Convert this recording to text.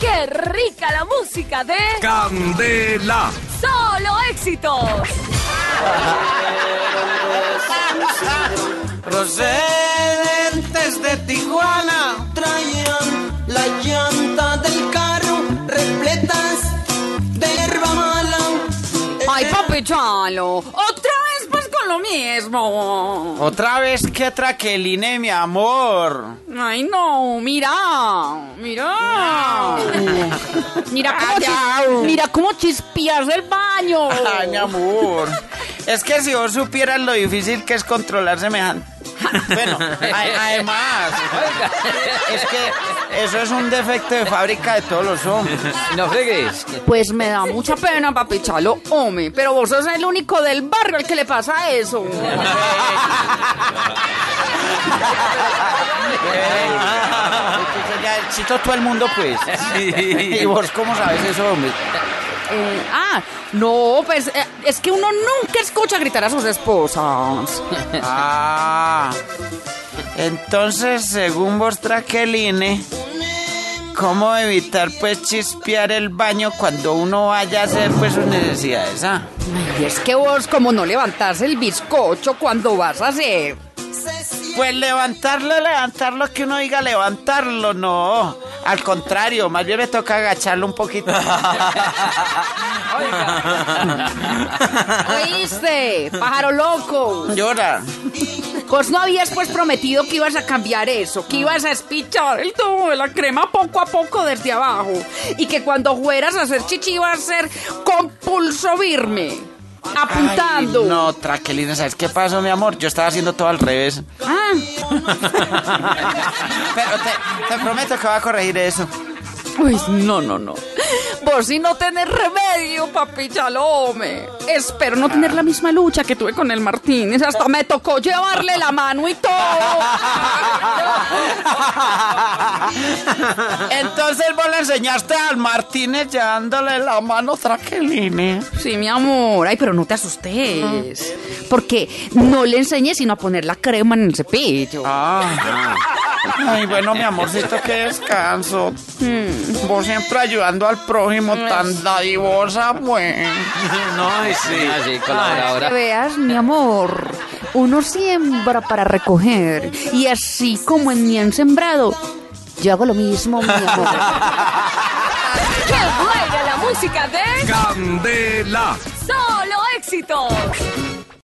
qué rica la música de Candela. Solo Éxitos. Procedentes de Tijuana traían la llanta del carro repletas de hierba mala. Eh. Ay, papi, chalo. Otra vez pues con lo mismo. Otra vez que traqueline, mi amor. Ay, no, mira. Mira. Mira cómo, chis- mira cómo chispeas el baño. Ay, mi amor. Es que si vos supieras lo difícil que es controlar semejante. Bueno, a- además, es que eso es un defecto de fábrica de todos los hombres. No fregues. Pues me da mucha pena, papi Chalo, hombre. Pero vos sos el único del barrio al que le pasa eso. Entonces ya chito todo el mundo, pues. ¿Y vos cómo sabes eso, hombre? Eh, ah, no, pues eh, es que uno nunca escucha gritar a sus esposas. Ah. Entonces, según vos, Traqueline, ¿cómo evitar, pues, chispear el baño cuando uno vaya a hacer, pues, sus necesidades, ah? Y es que vos, como no levantás el bizcocho cuando vas a hacer. Pues levantarlo, levantarlo, que uno diga levantarlo, no. Al contrario, más bien me toca agacharlo un poquito. ¿Oíste? Pájaro loco. Llora. Vos no habías pues prometido que ibas a cambiar eso, que ibas a espichar el tubo de la crema poco a poco desde abajo. Y que cuando fueras a hacer chichi iba a ser con pulso firme, apuntando. Ay, no, Traqueline, ¿sabes qué pasó, mi amor? Yo estaba haciendo todo al revés. Ah, Pero te, te prometo que voy a corregir eso. Pues no, no, no. Vos si no tenés remedio, papi Chalome. Espero no tener la misma lucha que tuve con el Martínez. Hasta me tocó llevarle la mano y todo. Entonces vos le enseñaste al Martínez llevándole la mano Traqueline. Sí, mi amor. Ay, pero no te asustes. Porque no le enseñé sino a poner la crema en el cepillo. Ah. Ay, bueno, mi amorcito, qué descanso. Vos siempre ayudando al prójimo, tan dadivosa, pues. No, y sí. Así, Para que colaboradora. veas, mi amor. Uno siembra para recoger. Y así como en mi han sembrado, yo hago lo mismo, mi amor. ¡Qué buena la música de Candela. Solo Éxitos!